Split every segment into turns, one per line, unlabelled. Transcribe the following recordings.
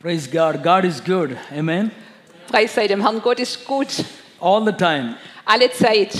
Praise God. God is good. Amen.
Preis sei dem Herrn, Gott ist gut,
All the time.
alle Zeit.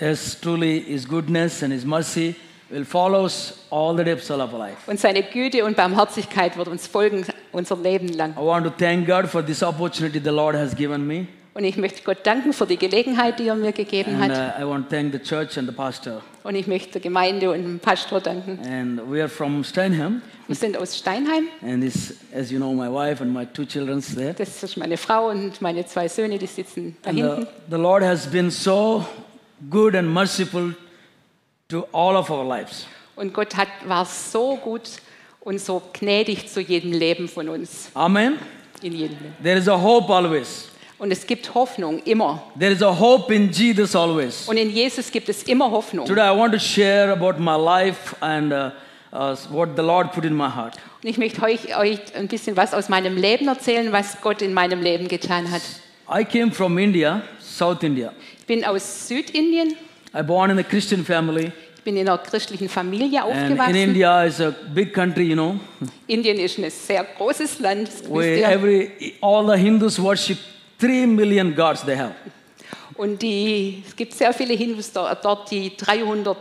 Yes, truly, His goodness and His mercy will follow us all the days of our life.
Und seine Güte und Barmherzigkeit wird uns folgen unser Leben lang.
I want to thank God for this opportunity the Lord has given me.
Und ich möchte Gott danken für die Gelegenheit, die er mir gegeben
And
hat.
uh, I want to thank the church and the pastor.
Und ich möchte der Gemeinde und dem Pastor danken.
And we are from Steinham.
Wir sind aus Steinheim.
And this, as you know, my wife and my two children there.
Das ist meine Frau und meine zwei Söhne, die sitzen da
And
hinten.
the, the Lord has been so good and merciful to all of our lives.
Und Gott hat, war so gut und so gnädig zu jedem Leben von uns.
Amen.
In jedem Leben.
There is a hope always.
Und es gibt Hoffnung, immer.
There is a hope in Jesus always.
Und in Jesus gibt es immer Hoffnung. Und
Today I want to share about my life and uh, uh, what the Lord put in my heart.
ich möchte euch, euch ein bisschen was aus meinem Leben erzählen, was Gott in meinem Leben getan hat.
I came from India, South India.
Ich bin aus Südindien.
I born in a Christian family,
Ich bin in einer christlichen Familie
and in
aufgewachsen.
India is a big country, you know,
Indien ist ein sehr großes Land. das wisst
where
ihr.
every all the Hindus worship three million gods they have.
Und die, es gibt sehr viele Hindus da- dort, die 300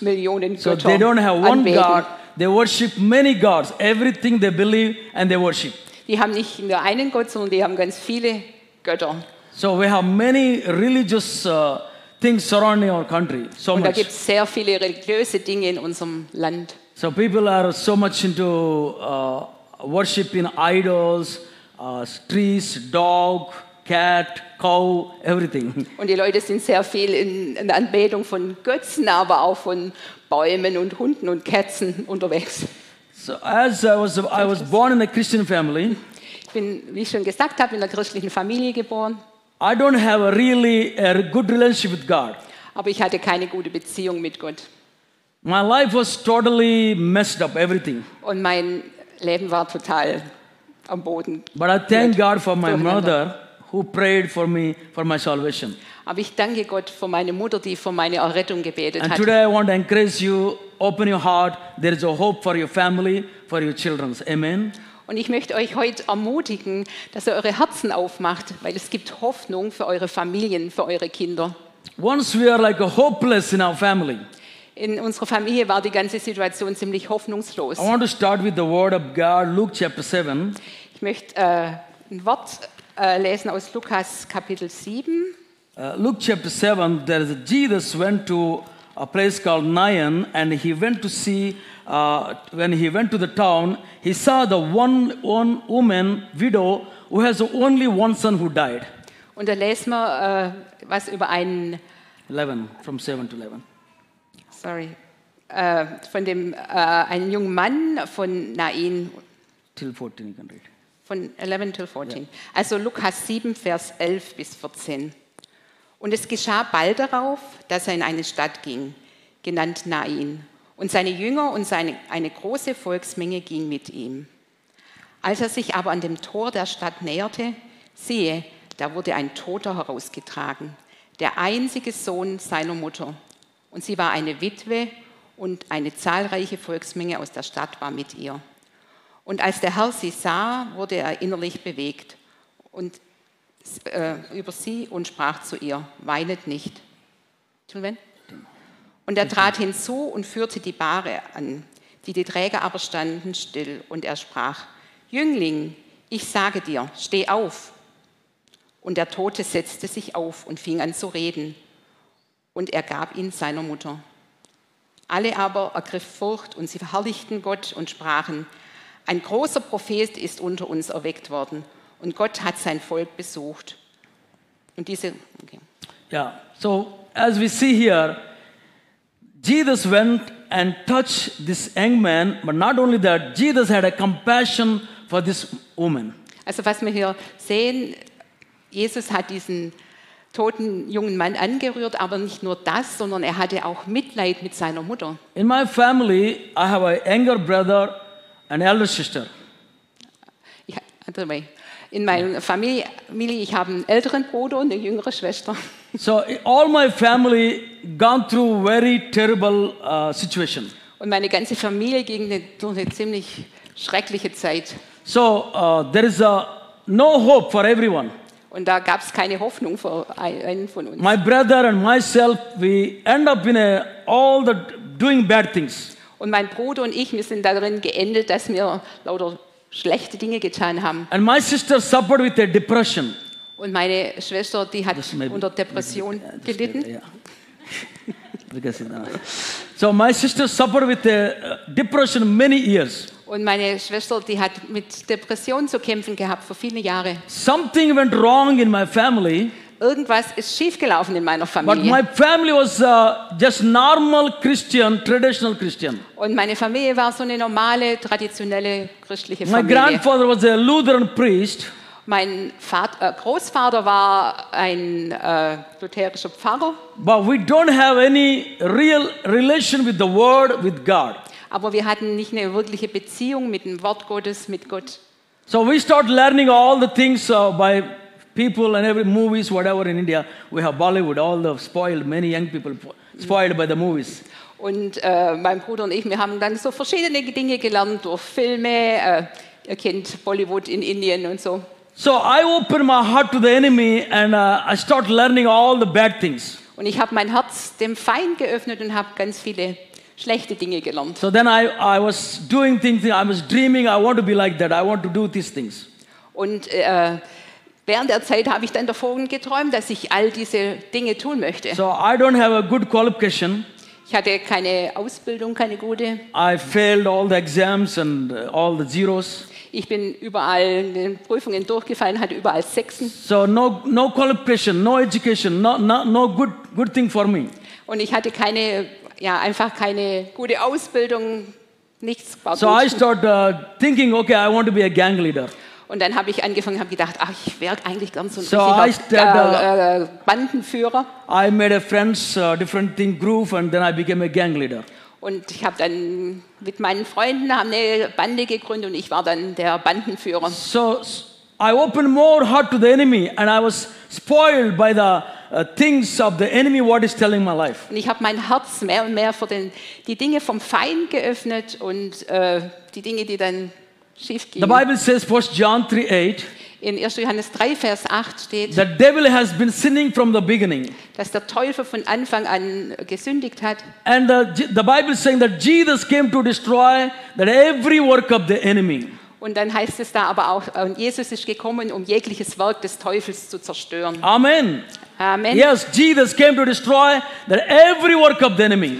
Millionen
So
Götter
they don't have one
anbeten.
god; they worship many gods. Everything they believe and they worship.
Die haben nicht nur einen Gott, sondern die haben ganz viele Götter.
So we have many religious uh, things surrounding our country. So
Und da
much.
gibt es sehr viele religiöse Dinge in unserem Land.
So people are so much into uh, worshiping idols, uh, trees, dog, cat, cow, everything.
Und die Leute sind sehr viel in, in der Anbetung von Götzen, aber auch von Bäumen und Hunden und Katzen unterwegs.
So as I was, I was born in a Christian family.
Ich bin, wie ich schon gesagt habe, in einer christlichen Familie geboren,
I don't have a really a good relationship with God.
aber ich hatte keine gute Beziehung mit Gott.
My life was totally messed up, everything.
Und mein Leben war total am Boden.
But I thank God for my
Durcheinander.
mother who prayed for me for my salvation.
Aber ich danke Gott für meine Mutter, die für meine Errettung gebetet
And
hat.
today I want to encourage you, open your heart. There is a hope for your family, for your children. Amen.
Und ich möchte euch heute ermutigen, dass ihr eure Herzen aufmacht, weil es gibt Hoffnung für eure Familien, für eure Kinder.
Once we are like a hopeless in our family,
In unserer Familie war die ganze Situation ziemlich hoffnungslos.
I want to start with the Word of God, Luke chapter 7.
Ich möchte äh, ein Wort äh, lesen aus Lukas Kapitel 7.
Uh, Luke chapter 7, there is Jesus went to a place called Nain, and he went to see, uh, when he went to the town, he saw the one, one woman, widow, who has only one son who died.
Und da lesen wir äh, was über einen,
11, from 7 to 11.
sorry, äh, von dem, äh, einen jungen Mann von Nain,
Till 14, you can read.
Von 11 till 14. Also Lukas 7, Vers 11 bis 14. Und es geschah bald darauf, dass er in eine Stadt ging, genannt Nain. Und seine Jünger und seine, eine große Volksmenge ging mit ihm. Als er sich aber an dem Tor der Stadt näherte, siehe, da wurde ein Toter herausgetragen, der einzige Sohn seiner Mutter. Und sie war eine Witwe und eine zahlreiche Volksmenge aus der Stadt war mit ihr. Und als der Herr sie sah, wurde er innerlich bewegt und äh, über sie und sprach zu ihr, weinet nicht. Entschuldigung. Und er trat hinzu und führte die Bahre an. Die, die Träger aber standen still und er sprach, Jüngling, ich sage dir, steh auf. Und der Tote setzte sich auf und fing an zu reden. Und er gab ihn seiner Mutter. Alle aber ergriff Furcht und sie verherrlichten Gott und sprachen, ein großer Prophet ist unter uns erweckt worden und Gott hat sein Volk besucht. Und diese, okay.
Yeah. So as we see here, Jesus went and touched this young man, but not only that, Jesus had a compassion for this woman.
also was wir hier sehen, Jesus hat diesen toten jungen Mann angerührt, aber nicht nur das, sondern er hatte auch Mitleid mit seiner Mutter.
In my family, I have a younger brother and elder sister.
Ich, warte mal. in meiner Familie, Familie, ich habe einen älteren Bruder und eine jüngere Schwester.
So all my family gone through very terrible uh, situation.
Und meine ganze Familie ging eine, durch eine ziemlich schreckliche Zeit.
So uh, there is uh, no hope for everyone.
Und da gab es keine Hoffnung für ein- einen von uns.
My brother and myself, we end up in a, all the doing bad things.
Und mein Bruder und ich, wir sind darin geendet, dass wir lauter schlechte Dinge getan haben.
And my sister suffered with a depression.
Und meine Schwester, die hat
This may be-
unter Depression
Yeah, this may be-
gelitten.
yeah. Because, uh, so my sister suffered with a uh, depression many years.
Und meine Schwester, die hat mit Depression zu kämpfen gehabt für viele Jahre.
Something went wrong in my family,
Irgendwas ist schiefgelaufen in meiner
but
Familie.
my family was uh, just normal Christian, traditional Christian.
Und meine Familie war so eine normale, traditionelle christliche
My
Familie.
grandfather was a Lutheran priest.
Mein Vater, äh, Großvater war ein äh, lutherischer Pfarrer,
But we don't have any real relation with the Word, with God.
aber wir hatten nicht eine wirkliche Beziehung mit dem Wort Gottes, mit Gott.
So we start learning all the things uh, by people and every movies, whatever in India. We have Bollywood, all the spoiled, many young people po- spoiled by the movies.
Und äh, mein Bruder und ich, wir haben dann so verschiedene Dinge gelernt durch Filme. Äh, ihr kennt Bollywood in Indien und so.
So I open my heart to the enemy and uh, I start learning all the bad things.
Und ich habe mein Herz dem Feind geöffnet und habe ganz viele schlechte Dinge gelernt.
So then I, I was doing things, I was dreaming, I want to be like that, I want to do these things.
Und äh, während der Zeit habe ich dann davon geträumt, dass ich all diese Dinge tun möchte.
So I don't have a good qualification.
Ich hatte keine Ausbildung, keine gute.
I failed all the exams and uh, all the zeros.
Ich bin überall in den Prüfungen durchgefallen, hatte überall Sechsen.
So no, no qualification, no education, no, no, no good, good thing for me.
Und ich hatte keine, ja, einfach keine gute Ausbildung, nichts. War
So
gut.
I start uh, thinking, okay, I want to be a gang leader.
Und dann habe ich angefangen, habe gedacht, ach, ich wäre eigentlich gern so ein
So I stood
richtiger
up.
äh, äh, Bandenführer.
I made a friends, uh, different thing group, and then I became a gang leader.
Und ich habe dann mit meinen Freunden haben eine Bande gegründet und ich war dann der Bandenführer.
So s- I opened more heart to the enemy, and I was spoiled by the uh, things of the enemy. What is telling my life?
Und ich habe mein Herz mehr und mehr für den, die Dinge vom Feind geöffnet und äh, die Dinge, die dann schief
The
gingen.
Bible says, 1 John 3 8,
In 1. Johannes 3, Vers 8 steht,
the devil has been sinning from the beginning.
dass der Teufel von Anfang an gesündigt hat.
And the, the Bible is saying that Jesus came to destroy that every work of the enemy.
Und dann heißt es da aber auch, äh, und Jesus ist gekommen, um jegliches Werk des Teufels zu zerstören.
Amen.
Amen.
Yes, Jesus came to destroy that every work of the enemy.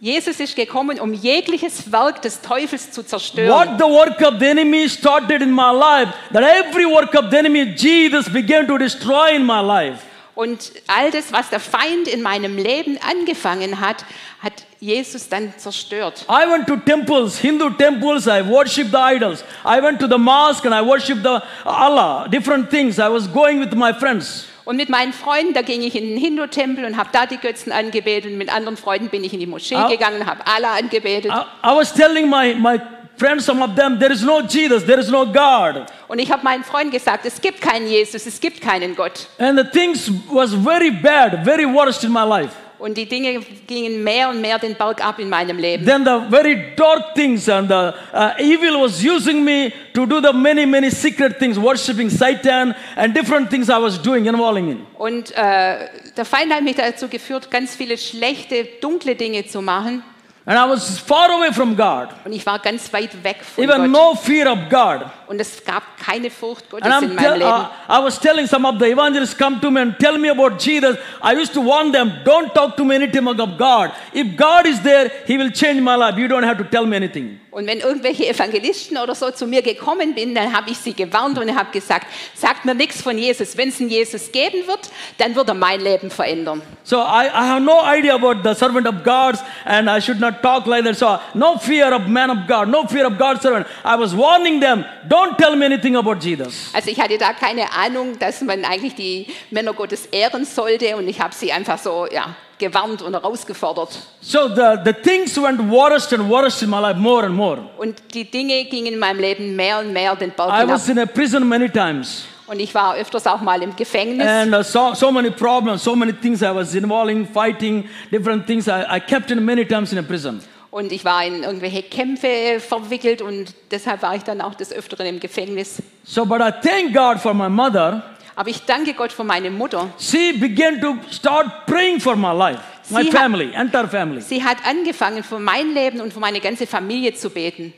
Jesus ist gekommen, um jegliches Werk des Teufels zu zerstören.
What the work of the enemy started in my life, that every work of the enemy Jesus began to destroy in my life.
Und all das, was der Feind in meinem Leben angefangen hat, hat Jesus dann zerstört.
I went to temples, Hindu temples, I worshiped the idols. I went to the mosque and I worshiped the Allah, different things. I was going with my friends.
Und mit meinen Freunden, da ging ich in den Hindu-Tempel und habe da die Götzen angebetet. Und mit anderen Freunden bin ich in die Moschee
Ah.
gegangen und habe Allah angebetet.
I, I was telling my, my friends, some of them, there is no Jesus, there is no God.
Und ich habe meinen Freunden gesagt, es gibt keinen Jesus, es gibt keinen Gott.
And the things was very bad, very worst in my life.
Und die Dinge gingen mehr und mehr den Berg ab in meinem Leben.
Then the very dark things and the uh, evil was using me to do the many, many secret things, worshipping Satan and different things I was doing, involving in.
Und äh, der Feind hat mich dazu geführt, ganz viele schlechte, dunkle Dinge zu machen.
And I was far away from God,
Und ich war ganz weit weg von
even
Gott.
no fear of God.
Und es gab keine Furcht Gottes
And
in
I'm
meinem
tell-
Leben.
uh, I was telling some of the evangelists come to me and tell me about Jesus. I used to warn them, don't talk to me anything of God. If God is there, He will change my life. You don't have to tell me anything.
Und wenn irgendwelche Evangelisten oder so zu mir gekommen bin, dann habe ich sie gewarnt und habe gesagt, sagt mir nichts von Jesus. Wenn es einen Jesus geben wird, dann wird er mein Leben verändern.
So I, I have no idea about the servant of God's and I should not talk like that. So no fear of man of God, no fear of God's servant. I was warning them, don't tell me anything about Jesus.
Also ich hatte da keine Ahnung, dass man eigentlich die Männer Gottes ehren sollte und ich habe sie einfach so ja, gewarnt und herausgefordert.
So the, the things went worst and worst in my life more and more.
Und die Dinge gingen in meinem Leben mehr und mehr den Berg
I
hinab.
was in a prison many times
Und ich war öfters auch mal im Gefängnis.
and uh, saw so many problems, so many things I was involving, fighting, different things I, I kept in many times in a prison.
Und ich war in irgendwelche Kämpfe äh, verwickelt und deshalb war ich dann auch des Öfteren im Gefängnis.
So, but I thank God for my mother.
Aber ich danke Gott für meine Mutter.
She began to start praying for my life, my
Sie ha-
family, entire family.
Sie hat angefangen, für mein Leben und für meine ganze Familie zu beten.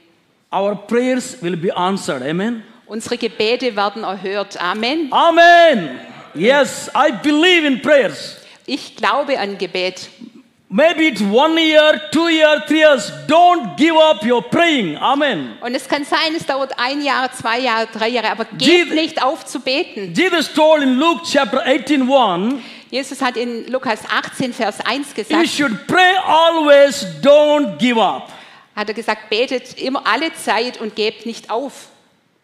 Our prayers will be answered. Amen.
Unsere Gebete werden erhört. Amen.
Amen. Yes, I believe in prayers.
Ich glaube an Gebet.
Maybe it's one year, two year, three years. Don't give up your praying. Amen.
Und es kann sein, es dauert ein Jahr, zwei Jahre, drei Jahre, aber geht
Jesus-
nicht auf zu beten.
Jesus told in Luke chapter 18 1,
Jesus hat in Lukas 18, Vers 1
you
gesagt,
should pray always, don't give up.
hat er gesagt, betet immer alle Zeit und gebt nicht auf.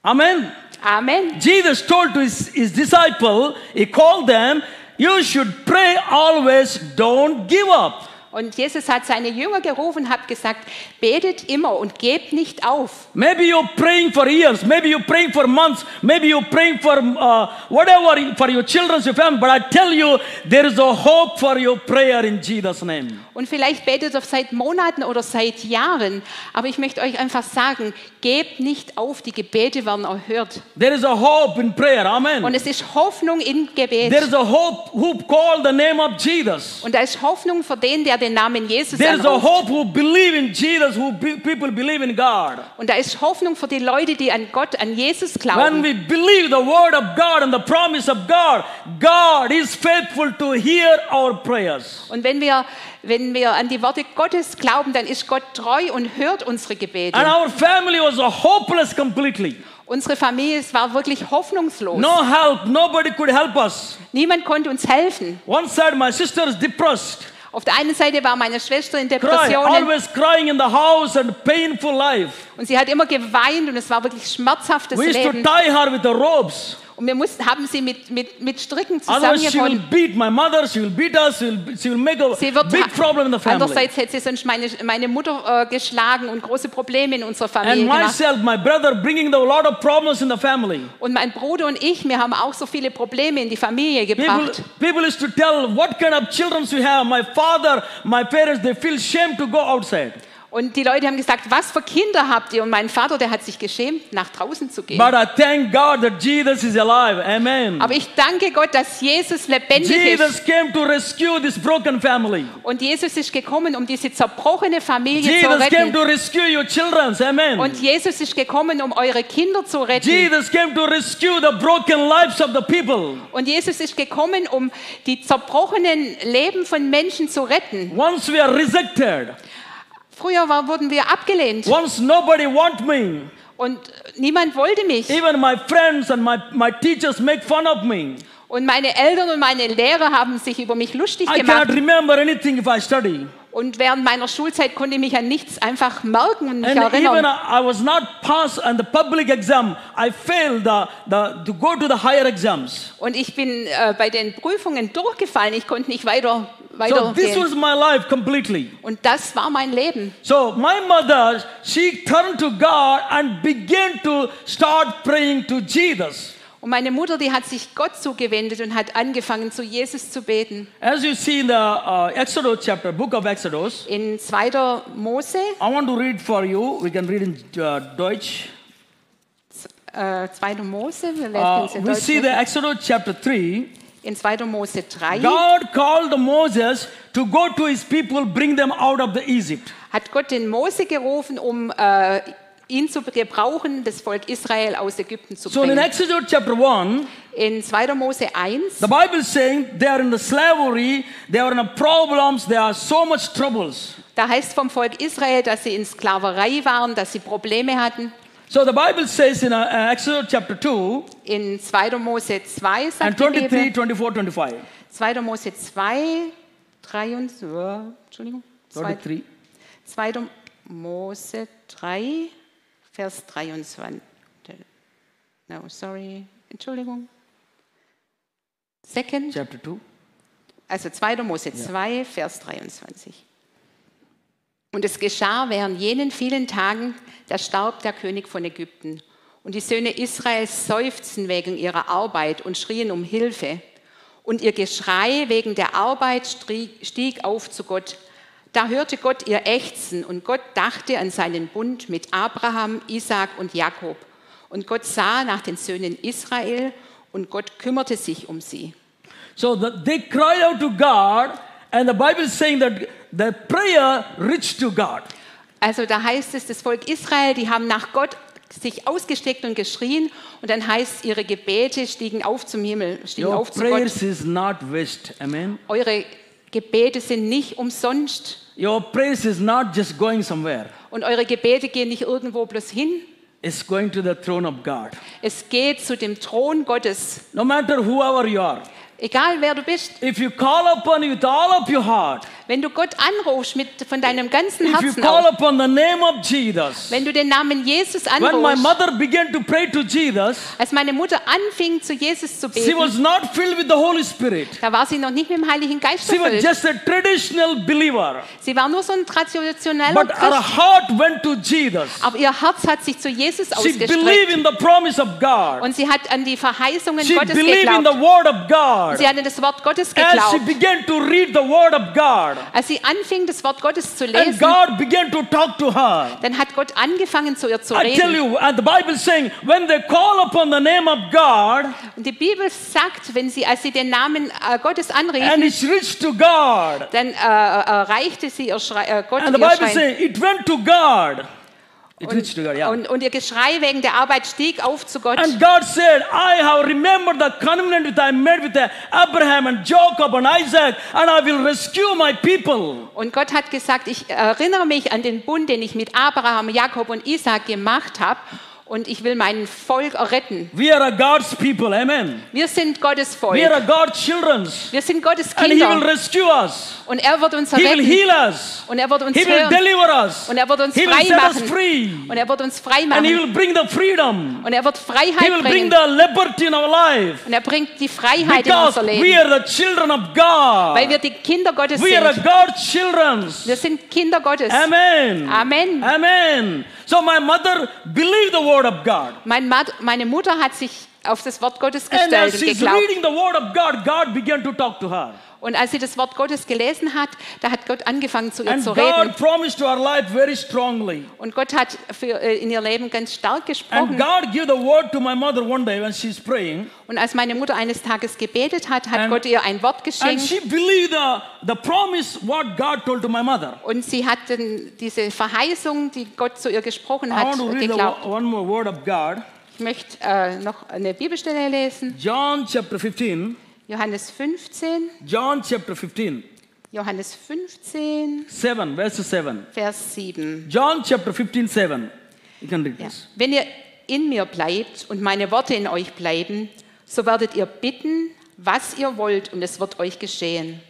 Amen.
Amen.
Jesus told to his, his disciple, he called them, you should pray always, don't give up.
Und Jesus hat seine Jünger gerufen, hat gesagt, betet immer und gebt nicht auf.
Maybe you're praying for years, maybe you're praying for months, maybe you're praying for uh, whatever, for your children's your family, but I tell you, there is a hope for your prayer in Jesus' name.
Und vielleicht betet ihr seit Monaten oder seit Jahren, aber ich möchte euch einfach sagen, gebt nicht auf, die Gebete werden erhört.
There is a hope in prayer,
Und
amen.
es ist Hoffnung im
There
Gebet.
is a hope who called the name of Jesus.
Und da ist Hoffnung für den, der den Namen Jesus
There is a
anruft.
hope who believe in Jesus, who be- people believe in God.
Und da ist Hoffnung für die Leute, die an Gott, an Jesus
When
glauben.
we believe the word of God and the promise of God, God is faithful to hear our prayers.
Und wenn wir, wenn wir an die Worte Gottes glauben, dann ist Gott treu und hört unsere
And
Gebete.
our family was uh, hopeless completely.
Unsere Familie es war wirklich hoffnungslos.
No help, nobody could help us.
Niemand konnte uns helfen.
One side, my sister is depressed,
Auf der einen Seite war meine Schwester in
cry,
Depressionen
always crying in the house and painful life.
und sie hat immer geweint und es war wirklich schmerzhaftes
We used to
Leben.
tie her with the ropes.
Und wir mussten, haben sie mit, mit, mit Stricken
Otherwise, she will
zusammengebunden.
beat my mother, she will beat us, she will, she will make a
Sie wird
big problem in the family.
Andererseits hätte sie sonst meine, meine Mutter äh, geschlagen und große Probleme in unserer Familie
And
gemacht.
myself, my brother, bringing the, a lot of problems in the family.
Und mein Bruder und ich, wir haben auch so viele Probleme in die Familie
People,
gebracht.
people used to tell what kind of children you have. My father, my parents, they feel shame to go outside.
Und die Leute haben gesagt, was für Kinder habt ihr? Und mein Vater, der hat sich geschämt, nach draußen zu gehen.
But I thank God that Jesus is alive. Amen.
Aber ich danke Gott, dass Jesus lebendig ist.
Jesus came to rescue this broken family.
Und Jesus ist gekommen, um diese zerbrochene Familie zu
Jesus came
retten.
to rescue your children. Amen.
Und Jesus ist gekommen, um eure Kinder zu retten.
Jesus came to rescue the broken lives of the people.
Und Jesus ist gekommen, um die zerbrochenen Leben von Menschen zu retten.
Once we are rejected,
Früher war, wurden wir abgelehnt
once nobody want me,
und niemand wollte mich.
even my friends and my, my teachers make fun of me.
Und meine Eltern und meine Lehrer haben sich über mich lustig
I cannot
gemacht.
remember anything if I study.
Und während meiner Schulzeit konnte ich mich an nichts einfach merken und mich
And even
erinnern.
I I was not passed on the public exam. I failed the, the, to go to the higher exams.
Und ich bin äh, bei den Prüfungen durchgefallen. Ich konnte nicht weiter,
So this
weitergehen.
was my life completely.
Und das war mein Leben.
So my mother, she turned to God and began to start praying to Jesus.
Und meine Mutter, die hat sich Gott zugewendet und hat angefangen, zu Jesus zu beten.
As you see in the uh, Exodus chapter, book of Exodus,
In 2. Mose,
I want to read for you. We can read in uh, Deutsch.
äh, 2. Mose, wir
Uh,
werden es in
we
Deutsch
see the
lesen.
Exodus chapter 3.
in 2. Mose 3,
God called Moses to go to his people, bring them out of the Egypt.
hat Gott den Mose gerufen, um äh, ihn zu gebrauchen, das Volk Israel aus Ägypten zu
So in
bringen.
Exodus chapter 1,
In 2. Mose 1,
the Bible is saying they are in the slavery, they are in the problems, there are so much troubles.
da heißt vom Volk Israel, dass sie in Sklaverei waren, dass sie Probleme hatten.
So the Bible says in uh, uh, Exodus chapter 2
In 2. Mose 2
and
sagt die
23,
Bibel,
24, 25.
2. Mose 2, 3 und, äh, Entschuldigung, 2.
23.
2. Mose 3, Vers 23. No, sorry, Entschuldigung. Second,
Chapter 2.
also 2. Mose 2, Vers 23. Und es geschah während jenen vielen Tagen, da starb der König von Ägypten. Und die Söhne Israels seufzten wegen ihrer Arbeit und schrien um Hilfe. Und ihr Geschrei wegen der Arbeit stieg, stieg auf zu Gott. Da hörte Gott ihr Ächzen und Gott dachte an seinen Bund mit Abraham, Isaak und Jakob. Und Gott sah nach den Söhnen Israel und Gott kümmerte sich um sie.
So the, they cried out to God, and the Bible is saying that their prayer reached to God.
Also da heißt es, das Volk Israel, die haben nach Gott sich ausgestreckt und geschrien und dann heißt es, ihre Gebete stiegen auf zum Himmel, stiegen
Your
auf zu Gott.
prayers is not waste. Amen.
Eure Gebete sind nicht umsonst
Your prayers is not just going somewhere.
und eure Gebete gehen nicht irgendwo bloß hin.
It's going to the throne of God.
Es geht zu dem Thron Gottes.
No matter whoever you are,
Egal wer du bist,
if you call upon with all of your heart,
wenn du Gott anrufst mit von deinem ganzen
if you
Herzen
call
auf,
upon the name of Jesus,
wenn du den Namen Jesus
when my
anrufst,
mother began to pray to Jesus,
als meine Mutter anfing zu Jesus zu
she
beten,
was not filled with the Holy Spirit.
da war sie noch nicht mit dem Heiligen Geist
She was
erfüllt.
just a traditional believer.
Sie war nur so ein traditioneller
But her
Christ.
heart went to Jesus.
Aber ihr Herz hat sich zu Jesus
She believed
ausgestreckt
in the promise of God.
und sie hat an die Verheißungen
She
Gottes
believed in the
geglaubt.
word of God.
Sie hat an das Wort
As
Gottes
she
geglaubt.
began to read the word of God,
Als sie anfing, das Wort Gottes zu
and
lesen,
God began to talk to her.
dann hat Gott angefangen, zu ihr zu
I tell
reden.
you, and the Bible is saying, when they call upon the name of God,
Und die Bibel sagt, wenn sie, als sie den Namen äh, Gottes
and
anriefen,
it's reached to God,
dann äh, erreichte sie ihr Schrei, äh, Gott
and the
ihr
Bible is
Schreien.
saying, it went to God. It reached to God, yeah.
Und, und ihr Geschrei wegen der Arbeit stieg auf zu Gott.
And God said, I have remembered the covenant that I made with Abraham and Jacob and Isaac, and I will rescue my people.
Und Gott hat gesagt, ich erinnere mich an den Bund, den ich mit Abraham, Jakob und Isaac gemacht habe und ich will mein Volk erretten.
We are a God's people, amen.
Wir sind Gottes
We
Volk.
are a God's children.
Wir sind Gottes
And He will
Kinder
rescue us.
und er wird uns
He will
retten
heal us.
und er wird uns
He will
hören
deliver us.
und er wird uns
He will
frei
set us
machen
free.
und er wird uns frei
And He
machen
will bring the freedom.
und er wird
He
Freiheit
will bring
bringen
the liberty in our life.
und er bringt die Freiheit in
Because
unser
we
Leben,
are the children of
weil
God.
wir die Kinder Gottes
We are a
sind.
God's children.
Wir sind Kinder Gottes.
Amen.
Amen.
Amen. So my mother believed the word of God.
Mein Mat- Meine Mutter hat sich auf das Wort Gottes
And
gestellt
as
und
she's
geglaubt.
reading the word of God, God began to talk to her.
Und als sie das Wort Gottes gelesen hat, da hat Gott angefangen zu ihr
And
zu reden.
God promised to her life very strongly.
Und Gott hat für, äh, in ihr Leben ganz stark
And
gesprochen.
God gave the word to my mother one day when she's praying.
Und als meine Mutter eines Tages gebetet hat, hat
And-
Gott ihr ein Wort
And
geschenkt.
she believed the, the promise what God told to my mother.
Und sie hat dann diese Verheißung, die Gott zu ihr gesprochen
I
hat,
want to read the,
geglaubt.
wo- one more word of God.
Ich möchte äh, noch eine Bibelstelle lesen.
John chapter 15.
Johannes 15,
John chapter 15.
Johannes 15,
7, verse 7.
Vers 7.
John chapter 15, 7. You can read this.
Wenn ihr in mir bleibt und meine Worte in euch bleiben, so werdet ihr bitten, was ihr wollt, und es wird euch geschehen.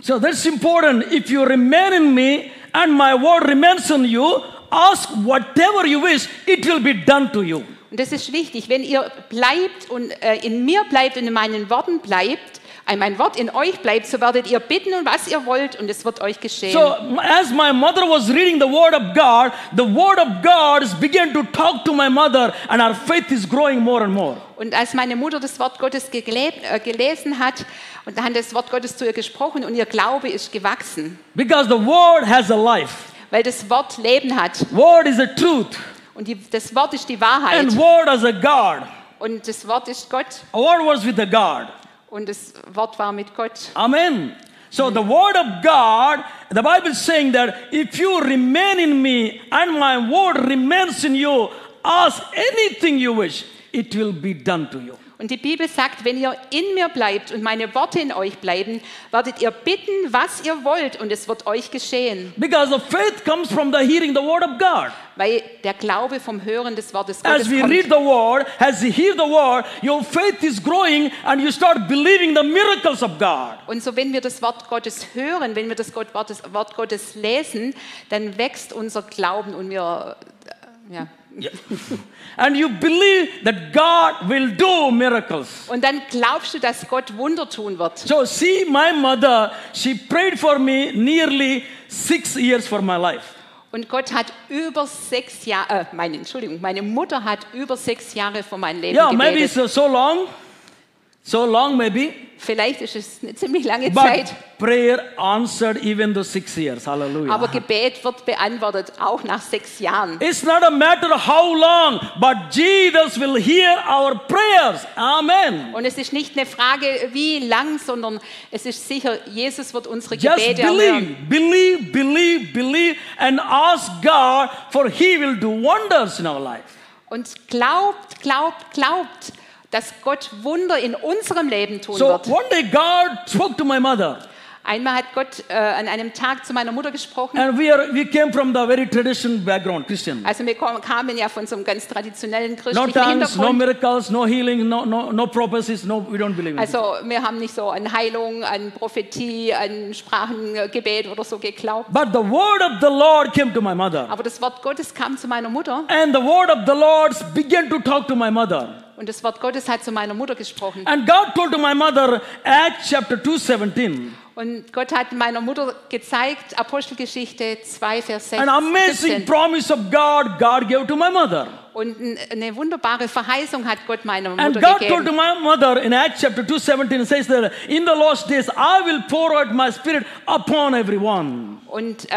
So that's important. If you remain in me and my word remains in you, ask whatever you wish, it will be done to you.
Und das ist wichtig. Wenn ihr bleibt und äh, in mir bleibt und in meinen Worten bleibt, äh, mein Wort in euch bleibt, so werdet ihr bitten, und was ihr wollt, und es wird euch geschehen.
So as my mother was reading the word of God, the word of God is began to talk to my mother and her faith is growing more and more.
Und als meine Mutter das Wort Gottes gegle- äh, gelesen hat, und dann hat das Wort Gottes zu ihr gesprochen, und ihr Glaube ist gewachsen,
Because the word has a life.
weil das Wort Leben hat.
Word is a truth
Und die, das Wort ist die Wahrheit.
and word as a God.
Und das Wort ist Gott.
A word was with a God.
Und das Wort war mit Gott.
Amen. So the word of God, the Bible is saying that if you remain in me and my word remains in you, ask anything you wish, it will be done to you.
Und die Bibel sagt, wenn ihr in mir bleibt und meine Worte in euch bleiben, werdet ihr bitten, was ihr wollt, und es wird euch geschehen.
Because the faith comes from the hearing the word of God.
Weil der Glaube vom Hören des Wortes Gottes
As we
kommt.
read the word, as you hear the word, your faith is growing and you start believing the miracles of God.
Und so, wenn wir das Wort Gottes hören, wenn wir das Gott, Wort, des- Wort Gottes lesen, dann wächst unser Glauben und wir, äh, ja.
And you believe that God will do miracles.
Und dann glaubst du, dass Gott Wunder tun wird.
So see, my mother, she prayed for me nearly six years for my life.
Und Gott hat über sechs Jahre, äh, meine Entschuldigung, meine Mutter hat über sechs Jahre für mein Leben
Yeah, maybe
gebetet.
it's uh, so long. So long, maybe,
Vielleicht ist es eine ziemlich lange
but
Zeit,
prayer answered even though six years. Hallelujah.
aber Gebet wird beantwortet, auch nach sechs Jahren.
It's not a matter of how long, but Jesus will hear our prayers. Amen.
Und es ist nicht eine Frage, wie lang, sondern es ist sicher, Jesus wird unsere
Just
Gebete erhören.
believe, believe, believe, believe, and ask God, for He will do wonders in our life.
Und glaubt, glaubt, glaubt, dass Gott Wunder in unserem Leben tun
So
wird.
one day God spoke to my mother,
Einmal hat Gott äh, an einem Tag zu meiner Mutter gesprochen.
and we are we came from the very traditional background, Christian.
Also wir kom- kamen ja von so einem ganz traditionellen
No
christlichen
tongues, no
Hintergrund.
miracles, no healing, no no no prophecies. No, we don't believe in it.
Also wir haben nicht so an Heilung, an Prophetie, an Sprachengebet oder so geglaubt.
But the word of the Lord came to my mother,
Aber das Wort Gottes kam zu meiner Mutter
and the word of the Lord began to talk to my mother.
und das Wort Gottes hat zu meiner Mutter gesprochen.
And God told to my mother, Acts chapter 2:17,
Und Gott hat meiner Mutter gezeigt, Apostelgeschichte 2, Vers 6,
an amazing
17.
promise of God God gave to my mother.
Und n- eine wunderbare Verheißung hat Gott meiner
And
Mutter
God told to
gegeben.
my mother in Acts chapter 2:17 says that in the last days I will pour out my spirit upon everyone.
Und äh,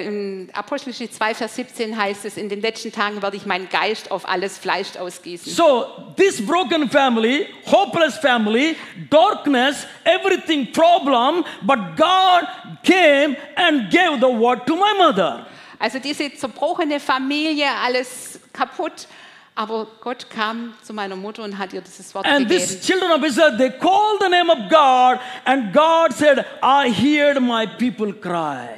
äh, in Apostelgeschichte 2, Vers 17 heißt es, in den letzten Tagen werde ich meinen Geist auf alles Fleisch ausgießen.
So this broken family, hopeless family, darkness, everything problem, but God came and gave the word to my mother.
Also diese zerbrochene Familie, alles kaputt. Aber Gott kam zu meiner Mutter und hat ihr dieses Wort
And
gegeben.
these children of Israel, they called the name of God, and God said, I heard my people cry.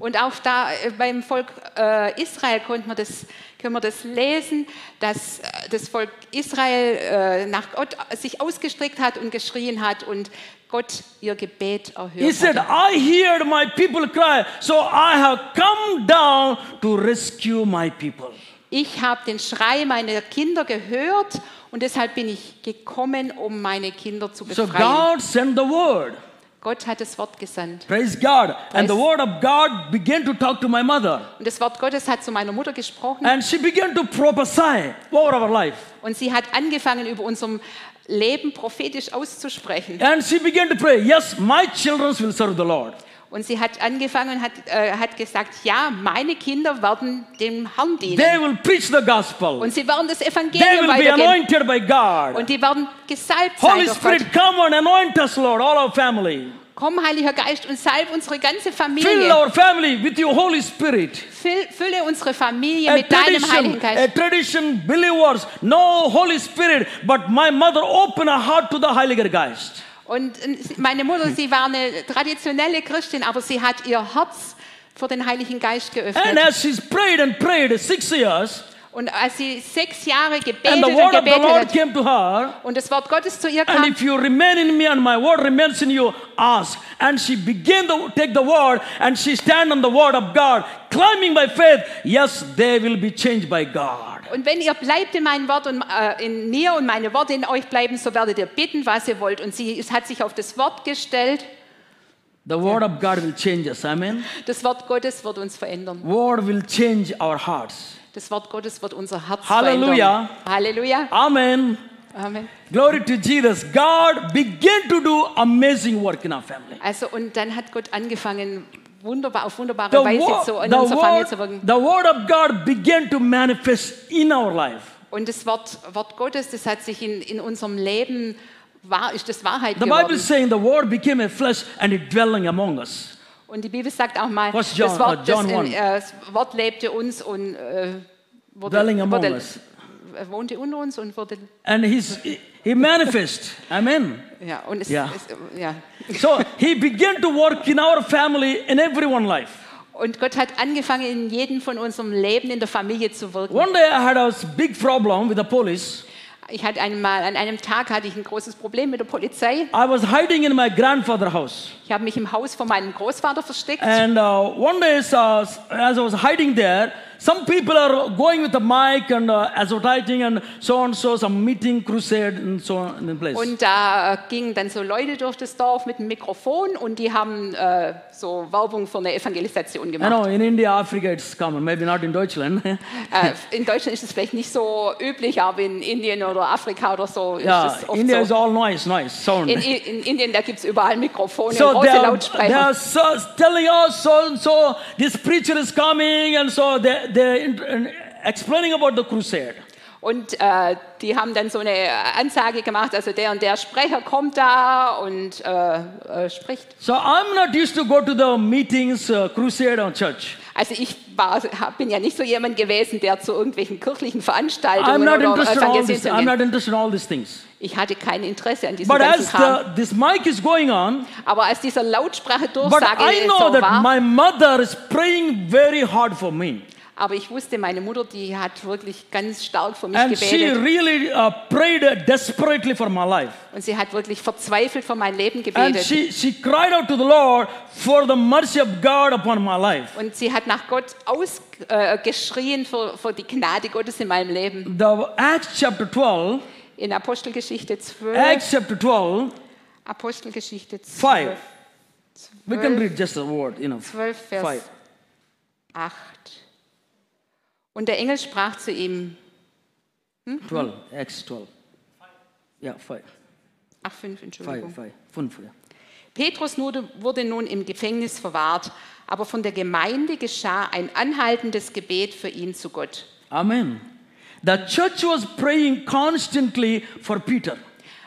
Und auch da äh, beim Volk äh, Israel konnte man das, können wir das lesen, dass äh, das Volk Israel äh, nach Gott sich ausgestreckt hat und geschrien hat und Gott ihr Gebet
He
erhört.
said,
Hat.
I heard my people cry, so I have come down to rescue my people.
Ich habe den Schrei meiner Kinder gehört und deshalb bin ich gekommen, um meine Kinder zu
So
befreien.
God sent the word.
Gott hat das Wort gesandt.
Praise God. And the
Praise-
word of God began to talk to my mother.
Und das Wort Gottes hat zu meiner Mutter gesprochen
And she began to prophesy over our life.
und sie hat angefangen, über unserem Leben prophetisch auszusprechen.
And she began to pray, Yes, my children will serve the Lord.
Und sie hat angefangen und hat, äh, hat gesagt, ja, meine Kinder werden dem Herrn dienen.
They will preach the gospel.
Und sie werden das
They
Evangelium
will be
weitergeben.
anointed by God.
Und die werden gesalbt sein
Holy
durch Gott.
Spirit, come and anoint us, Lord, all our family.
Komm, Heiliger Geist, und salb unsere ganze
Fill
Familie.
our family with your Holy Spirit.
Füll, fülle unsere Familie
A
mit deinem
tradition,
Heiligen
a
Geist.
tradition, believers, no Holy Spirit, but my mother opened her heart to the Heiliger Geist.
Und äh, sie- meine Mutter, sie war eine traditionelle Christin, aber sie hat ihr Herz für den Heiligen Geist
And uh,
geöffnet.
as she's prayed and prayed six years,
Und als sie sechs Jahre gebetet
and the
und
word of the
gebetet
Lord
hat
came to her,
und das Wort Gottes zu ihr
and
kam,
if you remain in me and my word remains in you, ask. And she began to take the word and she stand on the word of God, climbing by faith. Yes, they will be changed by God.
Und wenn ihr bleibt in meinem Wort und äh, in mir und meine Worte in euch bleiben, so werdet ihr bitten, was ihr wollt. Und sie es hat sich auf das Wort gestellt.
The word of God will change us. Amen.
Das Wort Gottes wird uns verändern.
Word will change our hearts.
Das Wort Gottes wird unser Herz
Halleluja.
verändern. Halleluja.
Amen.
Amen.
Glory to Jesus. God began to do amazing work in our family.
Also und dann hat Gott angefangen, wunderbar auf wunderbare
The,
Weise
wo-
zu, in
the
unserer Familie zu
word,
wirken.
the word of God began to manifest in our life.
Und das Wort, Wort Gottes, das hat sich in, in unserem Leben wahr, ist das Wahrheit
The Bible is
geworden.
saying the word became a flesh and it dwelling among us.
Und die Bibel sagt auch mal,
First John,
das,
uh,
Wort, das,
John
in,
one.
äh, das Wort lebte uns und äh, wurde,
Dwelling among
wurde,
us.
Er wohnte unter uns und wurde
And he's, he manifest. Amen.
ja und es,
Ja.
es, ja
So he began to work in our family in everyone's life.
und Gott hat angefangen in jedem von unserem Leben in der Familie zu wirken.
One day I had a big problem with the police.
Ich hatte einmal an einem Tag hatte ich ein großes Problem mit der Polizei.
I was hiding in my grandfather's house.
Ich
Ähm.
habe mich im Haus von meinem Großvater versteckt
uh, And uh, one day, as, as I was hiding there, Some people are going with the mic and uh, advertising and so on, so some meeting, crusade, and so on in place.
Und da äh, gingen dann so Leute durch das Dorf mit einem Mikrofon und die haben äh, so Werbung für eine Evangelisation
I know
gemacht.
in India, Africa, it's common. Maybe not in Deutschland.
Äh, in Deutschland ist es vielleicht nicht so üblich, aber in Indien oder Afrika oder so ist
yeah,
es oft
India is
so.
all noise, noise, sound.
In, I- in Indien, da gibt es überall Mikrofone,
so they
große
are, they
Lautsprecher.
are so, telling us so and so this preacher is coming, and so they they in- explaining about the crusade.
Und äh, die haben dann so eine Ansage gemacht, also der und der Sprecher kommt da und äh, äh, spricht.
So I'm not used to go to the meetings, uh, crusade, or church.
Also ich war, hab, bin ja nicht so jemand gewesen, der zu irgendwelchen kirchlichen
I'm
Veranstaltungen
not
oder
interested in all this. I'm
Evangelisierungen.
not interested in all these things.
Ich hatte kein Interesse an diesem
But
ganzen
as
Kram.
the, this mic is going on,
Aber als dieser Lautsprache
but
Durchsage
I know
so
that
war,
my mother is praying very hard for me,
aber ich wusste, meine Mutter, die hat wirklich ganz stark für mich
and she
gebetet
really uh, prayed desperately for my life.
und sie hat wirklich verzweifelt für mein Leben
And
gebetet.
she, she cried out to the Lord for the mercy of God upon my life.
Und sie hat nach Gott ausgeschrien äh, geschrien für, für die Gnade Gottes in meinem Leben.
The Acts chapter 12,
In Apostelgeschichte 12,
Acts chapter 12,
Apostelgeschichte 12,
Five. we can read just a word, you know.
12 Vers
Five.
8. Und der Engel sprach zu ihm,
12, Acts 12. Yeah, 5,
ach 5, Entschuldigung.
5, 5, 5, yeah.
Petrus nur- wurde nun im Gefängnis verwahrt, aber von der Gemeinde geschah ein anhaltendes Gebet für ihn zu Gott.
Amen. The church was praying constantly for Peter.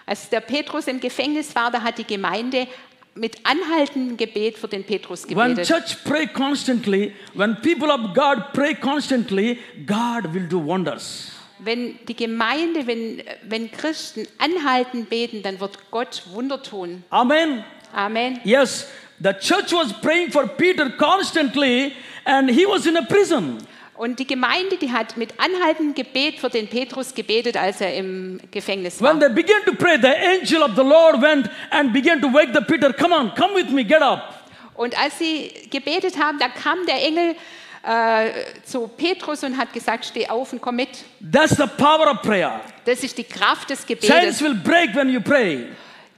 Als der Petrus im Gefängnis war, da hat die Gemeinde mit anhaltendem Gebet für den Petrus
When
gebetet.
church pray constantly, when people of God pray constantly, God will do wonders.
Wenn die Gemeinde, wenn, wenn Christen anhaltend beten, dann wird Gott Wunder tun.
Amen.
Amen.
Yes, the church was praying for Peter constantly, and he was in a prison.
Und die Gemeinde, die hat mit anhaltendem Gebet für den Petrus gebetet, als er im Gefängnis war.
When they began to pray, the angel of the Lord went and began to wake the Peter. Come on, come with me, get up.
Und als sie gebetet haben, da kam der Engel äh, zu Petrus und hat gesagt, steh auf und komm mit.
That's the power of prayer.
Das ist die Kraft des
Chains
Gebetes.
will break when you pray.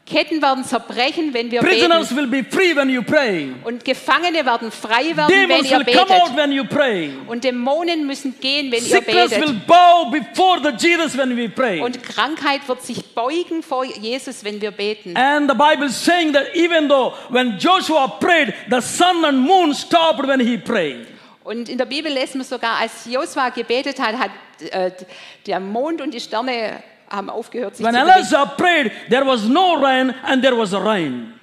Ketten werden zerbrechen, wenn wir
Prisoners
beten.
will be free when you pray.
Und Gefangene werden frei werden, wenn
Demons
ihr
will come out
betet.
when you pray.
Und Dämonen müssen gehen, wenn ihr
Sickness will
betet.
bow before the Jesus when we pray.
Und Krankheit wird sich beugen vor Jesus, wenn wir beten.
And the Bible is saying that even though when Joshua prayed, the sun and moon stopped when he prayed.
Und in der Bibel lesen wir sogar, als Josua gebetet hat, hat äh, der Mond und die Sterne haben aufgehört, sich
When
zu bewegen.
Elijah prayed, there was no rain and there was a rain.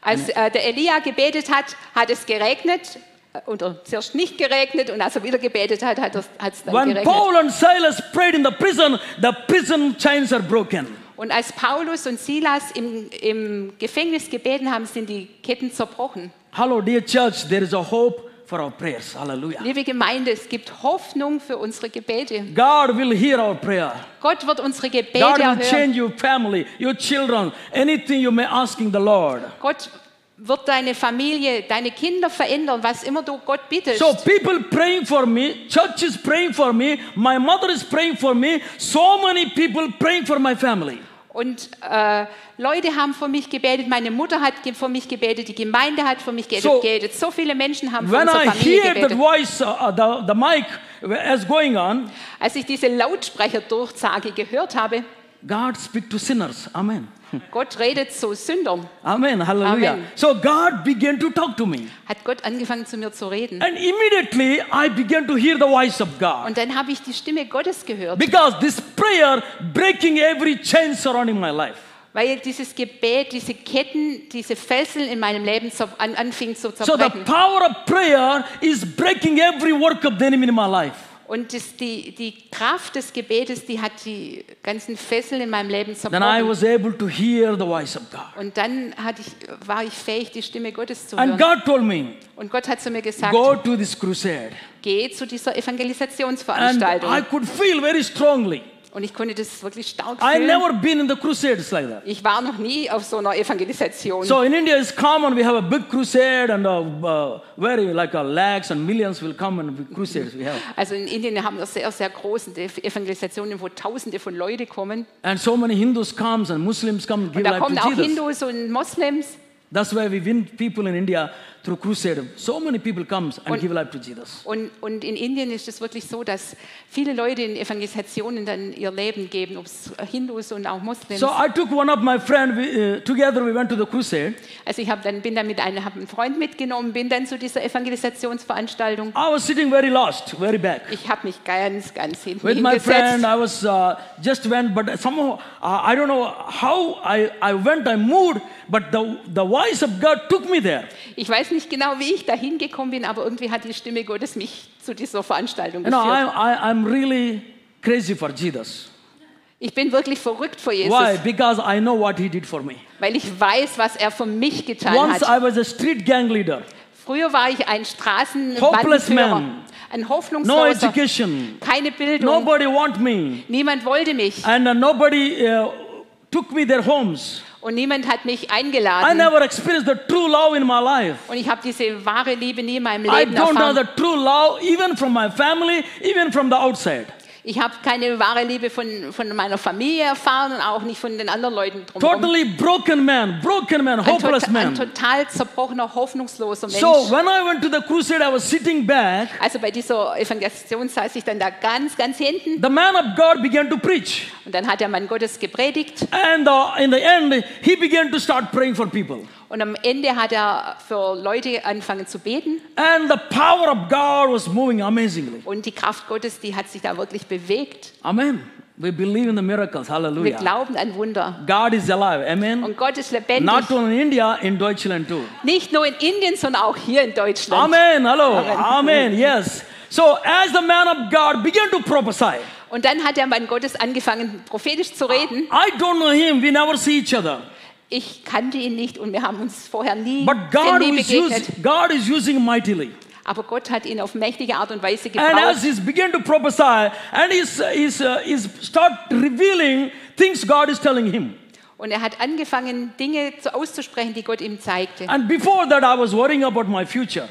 Als äh, der Elia gebetet hat, hat es geregnet äh, oder zuerst nicht geregnet und als er wieder gebetet hat, hat es hat es dann
When
geregnet.
Paul and Silas prayed in the prison, the prison chains are broken.
und als Paulus und Silas im, im Gefängnis gebeten haben, sind die Ketten zerbrochen.
Hello, dear church, there is a hope for our prayers. Hallelujah.
Liebe Gemeinde, es gibt Hoffnung für unsere Gebete.
God will hear our prayer.
Gott wird unsere Gebete
God will
erhören.
change your family, your children, anything you may asking the Lord.
Gott wird deine Familie, deine Kinder verändern, was immer du Gott bittest.
So people praying for me, church is praying for me, my mother is praying for me, so many people praying for my family.
Und äh, Leute haben für mich gebetet, meine Mutter hat ge- für mich gebetet, die Gemeinde hat für mich ge-
So,
gebetet, so viele Menschen haben für
When
unsere
I
Familie
hear that
gebetet.
voice, uh, uh, the, the mic as going on,
Als ich diese Lautsprecherdurchsage gehört habe,
God speak to sinners. Amen.
Gott redet zu Sündern,
Amen. Hallelujah.
Amen.
So God began to talk to me.
hat Gott angefangen zu mir zu reden.
And immediately I began to hear the voice of God.
Und dann habe ich die Stimme Gottes gehört,
Because this prayer breaking every chain surrounding my life.
weil dieses Gebet, diese Ketten, diese Fesseln in meinem Leben zer- an, anfing zu
So the
zerbrechen.
power of prayer is breaking every work of the enemy in my life.
Und das, die, die Kraft des Gebetes, die hat die ganzen Fesseln in meinem Leben
Then I
zerbrochen.
was able to hear the voice of God.
Und dann hatte ich, war ich fähig, die Stimme Gottes zu
And
hören.
God told me,
Und Gott hat zu mir gesagt,
go to this crusade.
geh zu dieser
And I
Evangelisationsveranstaltung.
could feel very strongly.
Und ich konnte das wirklich stark
I
fühlen.
never been in the crusades like that.
Ich war noch nie auf so einer Evangelisation.
So in India, it's common. We have a big crusade, and uh, uh, very like uh, lakhs and millions will come and we- crusades we have,
also in Indien haben wir sehr, sehr große Evangelisationen, wo Tausende von Leute kommen.
and so many Hindus comes and Muslims come and give
Und da
life
kommen
to
auch
Jesus.
Hindus und Moslems.
That's why we win people in India through crusade. So many people comes and give life to Jesus.
Und, und in Indien ist es wirklich so, dass viele Leute in Evangelisationen dann ihr Leben geben, ob es Hindus und auch Moslems.
So I took one of my friend. We, uh, together we went to the crusade.
also ich hab dann, bin dann mit einem, hab einen Freund mitgenommen, bin dann zu dieser Evangelisationsveranstaltung.
I was sitting very lost, very back.
Ich habe mich ganz, ganz hinten
With my friend,
hingesetzt.
I was uh, just went, but somehow uh, I don't know how I, I went. I moved, but the the voice of God took me there.
Ich weiß nicht genau, wie ich da hingekommen bin, aber irgendwie hat die Stimme Gottes mich zu dieser Veranstaltung
You know, I'm,
geführt.
I, I'm really crazy for Jesus.
Ich bin wirklich verrückt vor Jesus,
Why? Because I know what he did for me.
weil ich weiß, was er für mich getan
Once
hat.
I was a street gang leader,
Früher war ich ein
Hopeless
Straßenbandenführer,
man.
ein
no
Hoffnungsloser,
education,
keine Bildung,
nobody want me,
niemand wollte mich
and uh, nobody uh, took me their homes.
und niemand hat mich
I
eingeladen.
never experienced the true love in my life.
und ich habe diese wahre Liebe nie in meinem
I
Leben
don't know
erfahren.
the true love even from my family, even from the outside.
Ich habe keine wahre Liebe von, von meiner Familie erfahren und auch nicht von den anderen Leuten drumherum.
Totally broken man, broken man,
Ein, tot,
hopeless
ein
man.
total zerbrochener, hoffnungsloser Mensch.
So when I went to the crusade, I was sitting back.
Also bei dieser Evangelisation saß ich dann da ganz, ganz hinten
The man of God began to preach.
und dann hat der Mann Gottes gepredigt
And uh, in the end, he began to start praying for people.
und am Ende hat er für Leute angefangen zu beten
And the power of God was moving amazingly.
und die Kraft Gottes, die hat sich da wirklich bewegt.
Amen. We believe in the miracles.
Wir
Hallelujah.
glauben an Wunder
God is alive. Amen.
und Gott ist lebendig.
Not only in India, in Deutschland too.
Nicht nur in Indien, sondern auch hier in Deutschland.
Amen. Hello.
Amen.
Amen. Yes. So as the man of God began to prophesy,
Und dann hat der Mann Gottes angefangen, prophetisch zu reden.
I don't know him. We never see each other.
Ich kannte ihn nicht und wir haben uns vorher nie,
But God
nie
is,
begegnet.
using God is using mightily.
Aber Gott hat ihn auf mächtige Art und Weise
And as
gebraucht.
he's begin to prophesy, and he's, he's, uh, he's start revealing things God is telling him.
Und er hat angefangen, Dinge zu, auszusprechen, die Gott ihm zeigte.
And before that, I was worrying about my future,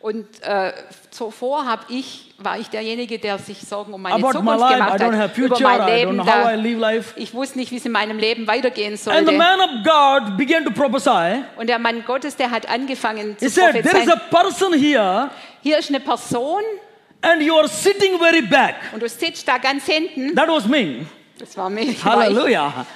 Und äh, zuvor hab ich, war ich derjenige, der sich Sorgen um meine
about my
Zukunft
life. I
gemacht
don't
hat,
have future.
über mein
I don't know how
Leben.
I
Da,
live life.
ich wusste nicht, wie es in meinem Leben weitergehen
And the
sollte.
man of God began to prophesy.
Und der Mann Gottes, der hat angefangen
He
zu
said, There is
prophezeien.
a person here,
Hier ist eine Person
and you are sitting very back.
und du sitzt da ganz hinten.
That was me.
Das war mich. war ich.
Hallelujah.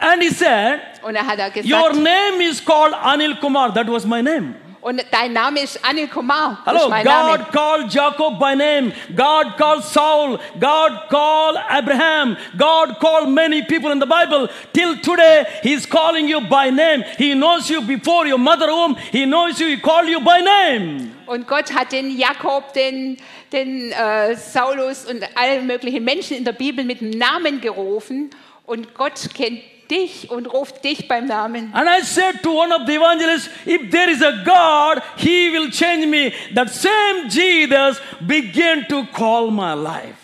And he said,
Und er hat er
Your
gesagt,
name is called Anil Kumar. That was my name.
und dein Name ist Anil Kumar. Das
Hello,
ist mein
God
Name.
called Jacob by name. God called Saul. God called Abraham. God called many people in the Bible. Till today, He's calling you by name. He knows you before your mother womb. He knows you. He called you by name.
Und Gott hat den Jakob, den, den äh, Saulus und alle möglichen Menschen in der Bibel mit dem Namen gerufen. Und Gott kennt dich und ruft dich beim Namen.
And I said to one of the evangelists, if there is a God, He will change me. That same Jesus began to call my life.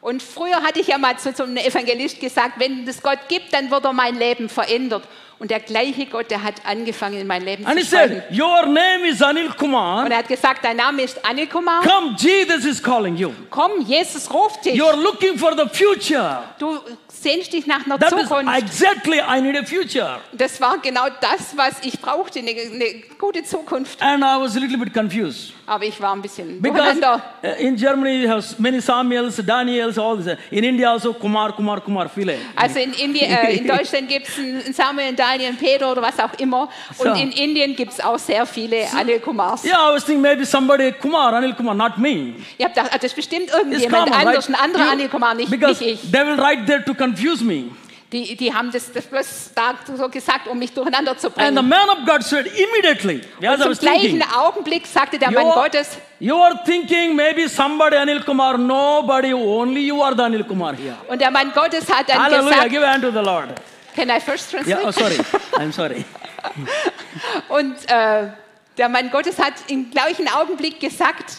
Und früher hatte ich ja mal zu, zu einem Evangelist gesagt, wenn es Gott gibt, dann wird er mein Leben verändert. Und der gleiche Gott, der hat angefangen, in mein Leben
And
zu
He
sprechen.
said, Your name is Anil
Und
Kumar.
er hat gesagt, dein Name ist Anil Kumar.
Come, Jesus is calling you.
Komm, Jesus ruft dich.
You're looking for the future.
Du sehnst dich nach einer
That is
Zukunft.
exactly, I need a future.
Das war genau das, was ich brauchte, eine, eine gute Zukunft.
And I was a little bit confused.
Aber ich war ein bisschen
Because
durcheinander.
uh, in Germany, you have many Samuels, Daniels, all this. In India also, Kumar, Kumar, Kumar, Phile.
Also in, Indien, äh, in Deutschland gibt es einen Samuel, einen Daniel, einen Pedro oder was auch immer.
So.
Und in Indien gibt es auch sehr viele Anil Kumars.
Yeah, I was thinking maybe somebody, Kumar, Anil Kumar, not me.
Ich habe gedacht, ah, das ist bestimmt
It's
irgendjemand
common,
anders, ein anderer
right?
Anil Kumar, nicht,
because
nicht ich.
they will write there to confuse me.
Die, die haben das, das bloß da so gesagt, um mich durcheinander zu
And the
bringen.
man of God said immediately, as I
Zum
was thinking,
gleichen Augenblick sagte der
you
Mann
are,
Gottes,
you are thinking maybe somebody Anil Kumar, nobody, only you are the Anil Kumar here.
und der Mann Gottes hat dann
Hallelujah,
gesagt,
give a hand to the Lord.
can I first translate?
Yeah, oh, sorry, I'm sorry.
Und äh, der Mann Gottes hat im gleichen Augenblick gesagt,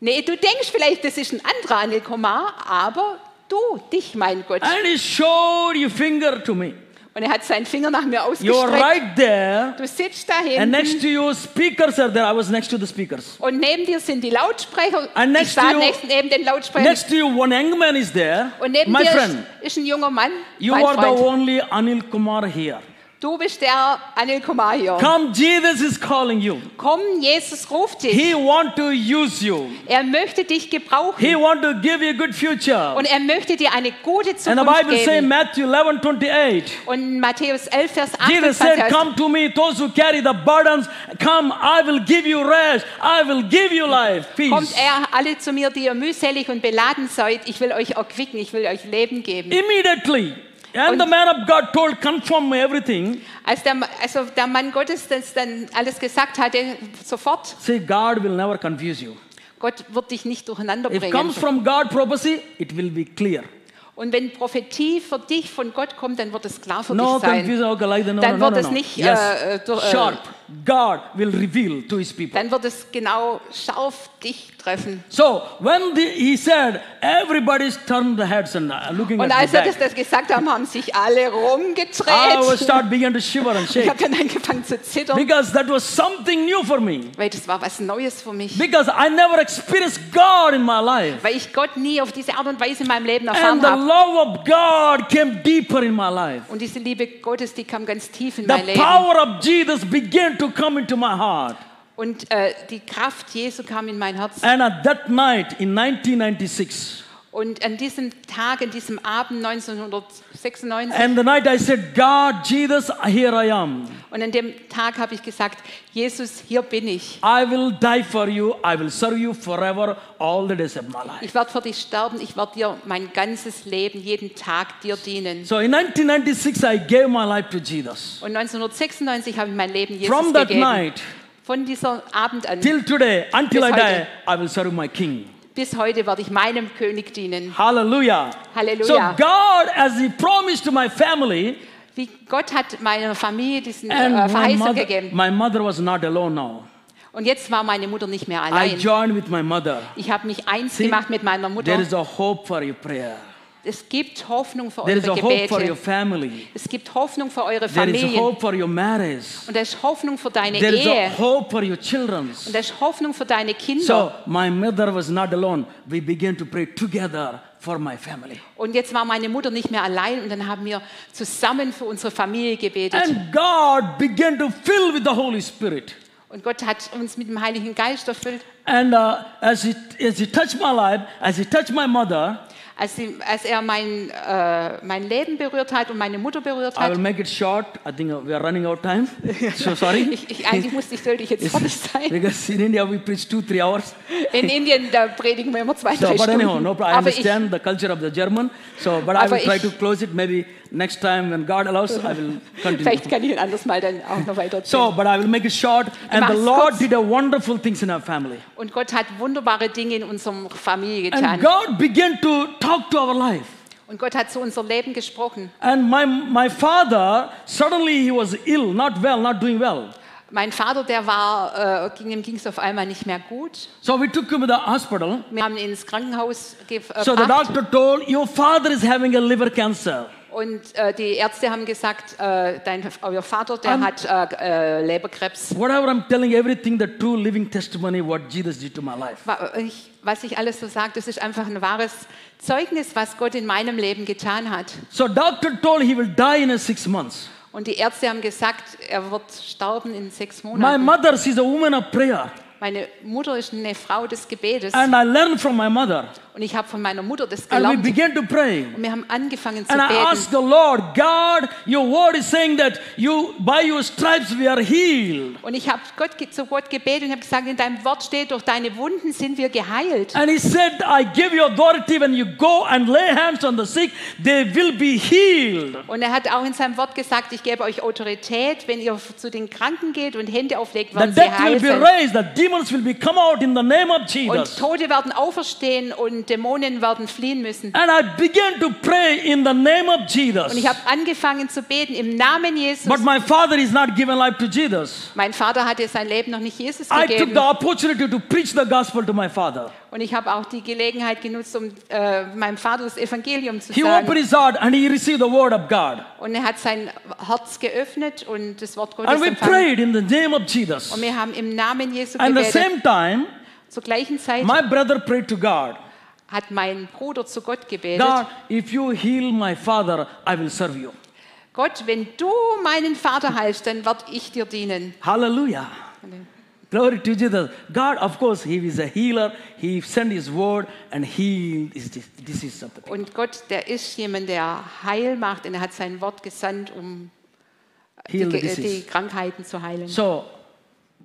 nee, du denkst vielleicht, das ist ein anderer Anil Kumar, aber du du, dich, mein Gott.
And he showed your finger to me.
Und er hat seinen Finger nach mir
You are
ausgestreckt.
right there.
Du sitzt da
And
hinten
next to you, speakers are there. I was next to the speakers.
und neben dir sind die Lautsprecher.
And
Ich
next to
stand
you-
next, neben den Lautsprechern.
Next to you, one young man is there.
und neben
My
dir
friend,
ist, ist ein junger Mann.
you
mein
are the
Freund.
only Anil Kumar here.
Du bist der Anil Kumar hier.
Come, Jesus is calling you.
Komm, Jesus ruft dich.
He want to use you.
er möchte dich gebrauchen.
He want to give you a good future.
und er möchte dir eine gute Zukunft
And the Bible
geben.
say Matthew 11, 28.
und Matthäus 11, Vers 8
Jesus said, Come to me, those who carry the burdens, come, I will give you rest, I will give you life,
kommt
peace.
er alle zu mir, die ihr mühselig und beladen seid. Ich will euch erquicken, ich will euch Leben geben.
Immediately. And
Und-
the man of God told, confirm everything.
Als der, also der Mann Gottes das dann alles gesagt hatte, sofort,
Say, God will never confuse you.
Gott wird dich nicht durcheinander
If it
bringen.
comes from God prophecy, it will be clear.
Und wenn Prophetie für dich von Gott kommt, dann wird es klar für
No
dich sein.
confusion. Okay, like that. No,
Dann
no, no,
wird
no,
es
no.
nicht,
yes.
äh, äh, durch- äh,
Sharp. God will reveal to his people.
Dann wird es genau scharf dich treffen.
So when the, he said, everybody's turned the heads and uh, looking
Und
at
als
the
er das,
back.
das gesagt haben, haben sich alle
I was
rumgedreht.
start began to shiver and
Ich
shake
habe dann angefangen zu zittern,
because that was something new for me.
weil das war was Neues für mich.
Because I never experienced God in my life,
Weil ich Gott nie auf diese Art und Weise in meinem Leben
and
erfahren
the
habe.
love of God came deeper in my life.
Und diese Liebe Gottes, die kam ganz tief in mein
The
Leben.
power of Jesus began to come into my heart.
Und äh, die Kraft Jesu kam in mein Herz.
And at that night in 1996,
Und an diesem Tag, an diesem Abend 1996,
and the night I said, God, Jesus, here I am.
und an dem Tag habe ich gesagt, Jesus, hier bin ich.
I will die for you. I will serve you forever, all the days of my life.
Ich werde für dich sterben, ich werde dir mein ganzes Leben, jeden Tag dir dienen.
So in 1996, I gave my life to Jesus.
Und 1996 habe ich mein Leben Jesus
From that
gegeben.
night
Von dieser Abend an
till today, until I
Bis heute.
die, I will serve my King.
bis heute werde ich meinem König dienen.
Hallelujah.
Halleluja.
So God, as He promised to my family,
Wie Gott hat meiner Familie diesen
and
äh,
my,
Verheißung
mother,
gegeben.
my mother was not alone now.
Und jetzt war meine Mutter nicht mehr
I
allein.
joined with my mother.
ich habe mich eins
See,
gemacht mit meiner
There
Mutter.
is a hope for your prayer.
Es gibt Hoffnung für
There is
eure
a hope for your
Gebete.
family.
Es gibt Hoffnung für eure
There is
Familien.
hope for your marriage.
Und da ist Hoffnung für deine
There is a
Ehe.
hope for your children.
Und da ist Hoffnung für deine Kinder.
So my mother was not alone. We began to pray together for my family.
Und jetzt war meine Mutter nicht mehr allein und dann haben wir zusammen für unsere Familie gebetet.
And God began to fill with the Holy Spirit.
Und Gott hat uns mit dem Heiligen Geist erfüllt.
And uh, as, he, as he touched my life, as he touched my mother,
Als, sie, als er mein, äh, mein Leben berührt hat und meine Mutter berührt
I will
hat,
make it short. I think uh, we are running out of time. So sorry.
ich, ich, eigentlich musste ich, sollte ich jetzt fertig sein.
because in India we preach two, three hours.
In Indien, da predigen wir immer zwei,
So,
drei
but anyhow,
Stunden.
no problem. I
aber ich,
understand the culture of the German. So, but I
Aber
will try
ich-
to close it. Maybe next time when God allows, I will continue.
vielleicht kann ich ein anderes Mal dann auch noch weiter
So, but I will make it short. And the
machst
Lord
kurz.
did a wonderful things in our family.
Und Gott hat wunderbare Dinge in unserer Familie
And
getan.
God began to talk to our life.
Und Gott hat zu unserem Leben gesprochen.
And my, my father, suddenly he was ill, not well, not doing well.
Mein Vater, der war, äh, ging, ihm ging es auf einmal nicht mehr gut.
So we took him to the hospital.
Wir haben ihn ins Krankenhaus äh, gebracht
So the doctor told, Your father is having a liver cancer.
und äh, die Ärzte haben gesagt, äh, dein, euer Vater, der
Am-
hat äh, äh, Leberkrebs.
Whatever I'm telling, everything, the true living testimony, what Jesus did to my life.
Wa- äh, Ich, was ich alles so sage, das ist einfach ein wahres Zeugnis, was Gott in meinem Leben getan hat.
So doctor told he will die in a six months.
Und die Ärzte haben gesagt, er wird sterben in sechs
My
Monaten.
mother, she's a woman of prayer.
Meine Mutter ist eine Frau des Gebetes
And I learned from my mother.
und ich habe von meiner Mutter das
And we
gelernt.
began to pray.
Und wir haben angefangen zu
And I asked
beten.
the Lord, God, your word is saying that you by your stripes we are healed.
Und ich habe Gott ge- zu Gott gebetet und habe gesagt, in deinem Wort steht, durch deine Wunden sind wir geheilt.
And he said, I give you authority when you go and lay hands on the sick, they will be healed.
Und er hat auch in seinem Wort gesagt, ich gebe euch Autorität, wenn ihr zu den Kranken geht und Hände auflegt,
The
werden sie
dead will
heil
be
sein.
raised, the demons will be come out in the name of
Und
Jesus.
Tote werden auferstehen und Dämonen werden fliehen müssen.
And I began to pray in the name of
Und
Jesus.
ich habe angefangen zu beten im Namen Jesus.
But my father is not given life to Jesus.
mein Vater hatte sein Leben noch nicht Jesus
I took the
gegeben.
opportunity to preach the gospel to my father.
Und ich habe auch die Gelegenheit genutzt, um äh, meinem Vater das Evangelium zu
He opened
sagen.
his heart and he received the word of God.
Und er hat sein Herz geöffnet und das Wort Gottes
And we
empfangen.
prayed in the name of Jesus.
Und wir haben im Namen Jesu
And the same
gebetet.
time,
Zur gleichen Zeit
my brother prayed to God,
hat mein Bruder zu Gott gebetet.
God, if you heal my father, I will serve you.
Gott, wenn du meinen Vater heilst, dann werde ich dir dienen.
Hallelujah. Glory to Jesus. God, of course, He is a healer. He sent His word and healed his dis- disease of the people.
Und Gott, der ist jemand, der Heil macht und er hat sein Wort gesandt, um die,
Heal the
Ge- die
disease.
Krankheiten zu heilen.
So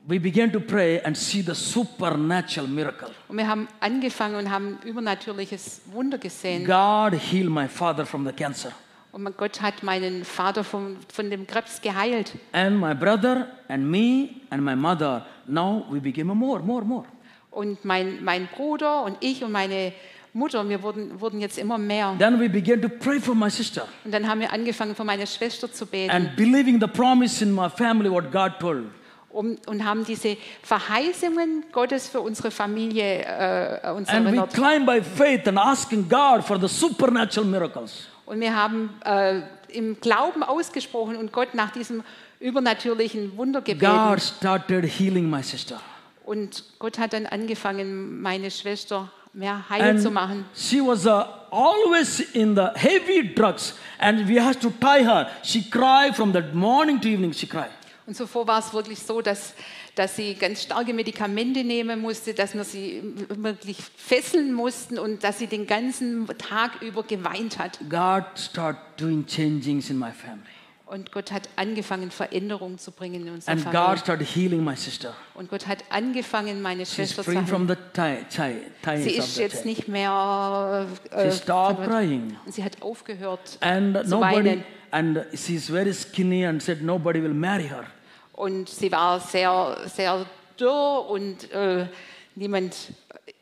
we began to pray and see the supernatural miracle.
Und wir haben angefangen und haben übernatürliches Wunder gesehen.
God healed my father from the cancer.
Und Oh mein Gott hat meinen Vater vom, von dem Krebs geheilt.
And my brother and me and my mother, now we became more, more, more.
Und mein, mein Bruder und ich und meine Mutter, wir wurden, wurden jetzt immer mehr.
Then we began to pray for my sister
Und dann haben wir angefangen, für meine Schwester zu beten
and believing the promise in my family, what God told.
um, und haben diese Verheißungen Gottes für unsere Familie äh, uns
And we
erinnert.
climbed by faith and asking God for the supernatural miracles.
Und wir haben äh, im Glauben ausgesprochen und Gott nach diesem übernatürlichen Wunder
God
gebeten.
started healing my sister.
Und Gott hat dann angefangen, meine Schwester mehr heil zu
And
machen.
she was uh, always in the heavy drugs, and we had to tie her. She cried from the morning to evening. She cried.
Und zuvor war es wirklich so, dass, dass sie ganz starke Medikamente nehmen musste, dass wir sie wirklich fesseln mussten und dass sie den ganzen Tag über geweint hat.
God started doing changings in my family,
Und Gott hat angefangen, Veränderungen zu bringen in unserer
and God
Familie.
started healing my sister.
Und Gott hat angefangen, meine
She's
Schwester zu
free
heilen.
from the tie, tie, ties
Sie
of
ist
the
jetzt
tie.
nicht mehr. äh,
She stopped crying,
Und sie hat aufgehört
and
zu
nobody.
weinen.
And she's very skinny, and said nobody will marry her.
Und sie war sehr, sehr dürr und äh, niemand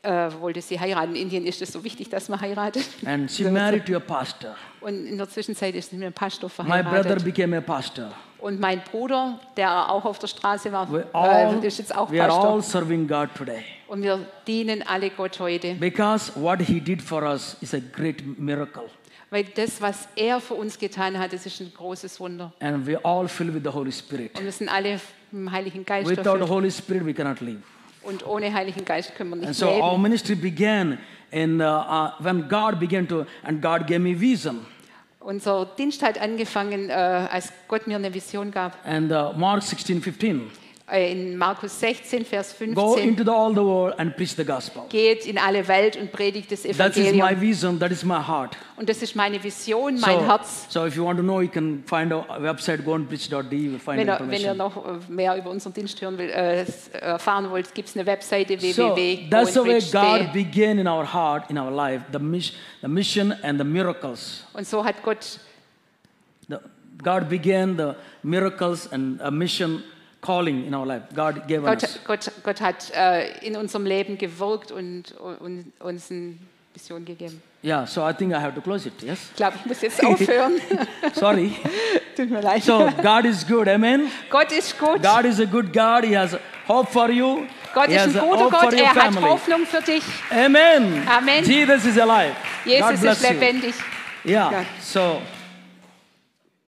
äh, wollte sie heiraten. In Indien ist es so wichtig, dass man heiratet.
And she married to a pastor.
Und in der Zwischenzeit ist sie mit einem Pastor
My brother
verheiratet.
became a pastor.
Und mein Bruder, der auch auf der Straße war,
We all,
äh, ist jetzt auch
we are all
Pastor.
serving God today.
Und wir dienen alle Gott heute.
Because what he did for us is a great miracle.
Weil das, was er für uns getan hat, das ist ein großes Wunder.
And we all filled with the Holy Spirit.
Und wir sind alle im Heiligen Geist
Without the
erfüllt.
Holy Spirit, we cannot live.
Und ohne Heiligen Geist können wir
And
nicht
so our
leben.
ministry began in, uh, uh, when God began to, and God gave me vision.
Unser Dienst hat angefangen, äh, als Gott mir eine Vision gab.
And uh, Mark 16, 15.
Äh, in Markus 16, Vers
Go
15.
into the, all the world and preach the gospel.
Geht in alle Welt und predigt das
That is my
Evangelium.
vision, that is my heart.
Und das ist meine Vision, mein Herz.
so if you want to know, you can find our website, go and preach.de, you will find
Wenn ihr, wenn ihr
information.
noch äh, mehr über unseren Dienst hören will, äh, s- erfahren wollt, gibt es eine Webseite
So that's the way God
www.goandbridge.de.
began in our heart, in our life, the, mis- the mission and the miracles.
Und so hat Gott
The, God began the miracles and a mission calling in our life. God gave us.
Gott, Gott, Gott hat äh, in unserem Leben gewirkt und, und uns eine Vision gegeben.
Yeah, so I think I have to close it. Yes.
Ich glaube, ich muss jetzt aufhören.
Sorry.
Tut mir leid.
So God is good. Amen.
Gott ist gut.
God is a good God. He has hope for you.
Gott
he
ist
has
ein guter
hope
Gott.
for your
Er hat
family.
Hoffnung für dich.
Amen.
Amen.
Jesus is alive. God
Jesus ist
bless you.
lebendig.
Yeah.
God.
So